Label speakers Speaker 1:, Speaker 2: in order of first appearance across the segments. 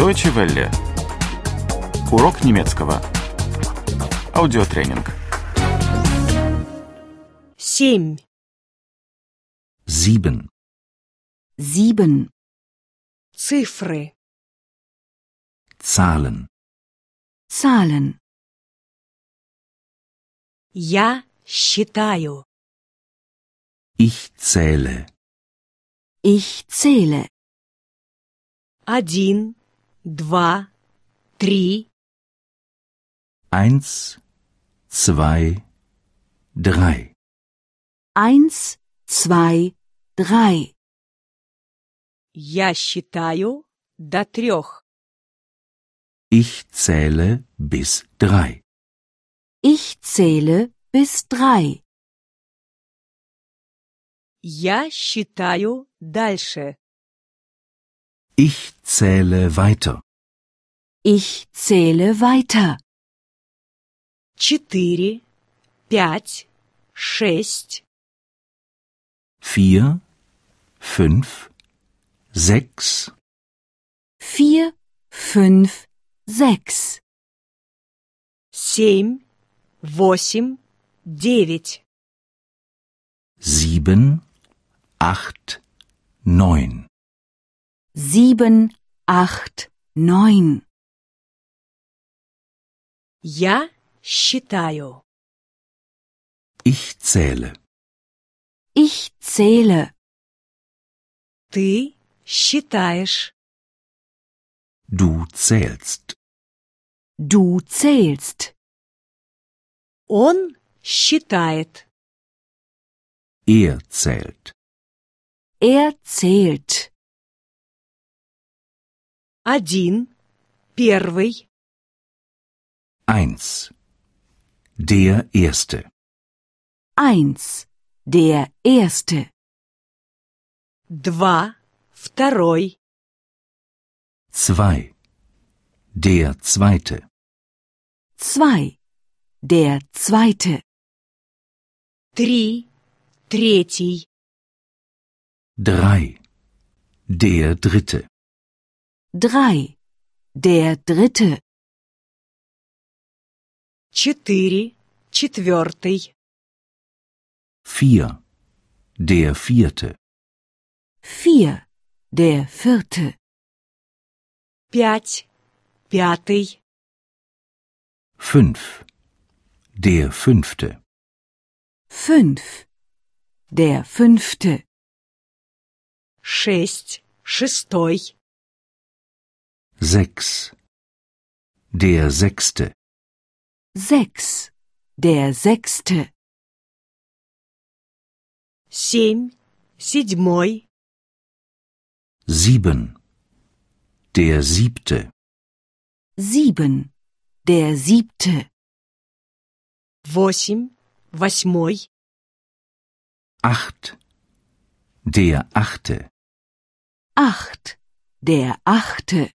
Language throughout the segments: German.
Speaker 1: Deutsche Welle. Урок немецкого. Аудиотренинг.
Speaker 2: 7.
Speaker 3: Sieben.
Speaker 4: Sieben.
Speaker 2: Цифры.
Speaker 3: Zahlen.
Speaker 4: Zahlen.
Speaker 2: Я считаю.
Speaker 3: Ich zähle.
Speaker 4: Ich zähle.
Speaker 2: Один, два, три,
Speaker 3: Eins, zwei, drei.
Speaker 4: Eins, zwei, drei.
Speaker 2: Я считаю до трех.
Speaker 3: Ich zähle bis drei.
Speaker 4: Ich zähle bis drei.
Speaker 2: Я считаю дальше.
Speaker 3: Ich zähle weiter.
Speaker 4: Ich zähle weiter.
Speaker 2: Четыре, пять, шесть,
Speaker 3: Vier, fünf, sechs,
Speaker 4: Vier, fünf, sechs.
Speaker 2: семь, восемь, девять,
Speaker 3: sieben, acht, neun.
Speaker 4: Sieben, acht, neun.
Speaker 2: Я считаю.
Speaker 3: Ich zähle.
Speaker 4: Ich zähle.
Speaker 2: Ты считаешь.
Speaker 3: Du zählst.
Speaker 4: Du zählst.
Speaker 2: Он считает.
Speaker 3: Er zählt.
Speaker 4: Er zählt.
Speaker 2: Один, первый,
Speaker 3: Eins. Der Erste.
Speaker 4: Eins. Der erste.
Speaker 2: два, второй,
Speaker 3: Zwei. Der Zweite.
Speaker 4: Zwei. Der zweite.
Speaker 2: три, третий,
Speaker 3: Drei. Der Dritte.
Speaker 4: Drei. Der dritte.
Speaker 2: четыре, четвертый,
Speaker 3: Vier. Der Vierte.
Speaker 4: Vier. Der vierte.
Speaker 2: пять, пятый,
Speaker 3: Fünf. Der Fünfte.
Speaker 4: Fünf. Der fünfte.
Speaker 2: шесть, шестой,
Speaker 3: Sechs. Der Sechste.
Speaker 4: Sechs. Der sechste.
Speaker 2: семь, седьмой,
Speaker 3: Sieben. Der Siebte.
Speaker 4: Sieben. Der siebte.
Speaker 2: восемь, восьмой,
Speaker 3: Acht. Der Achte.
Speaker 4: Acht. Der achte.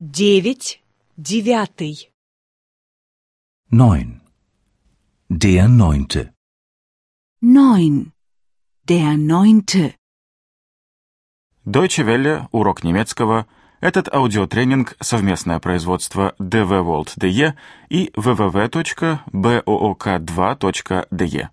Speaker 2: девять, девятый,
Speaker 3: Neun. Der Neunte.
Speaker 4: Neun. Der neunte.
Speaker 1: Deutsche Welle. Урок немецкого. Этот аудиотренинг – совместное производство DW World DE и www.book2.de.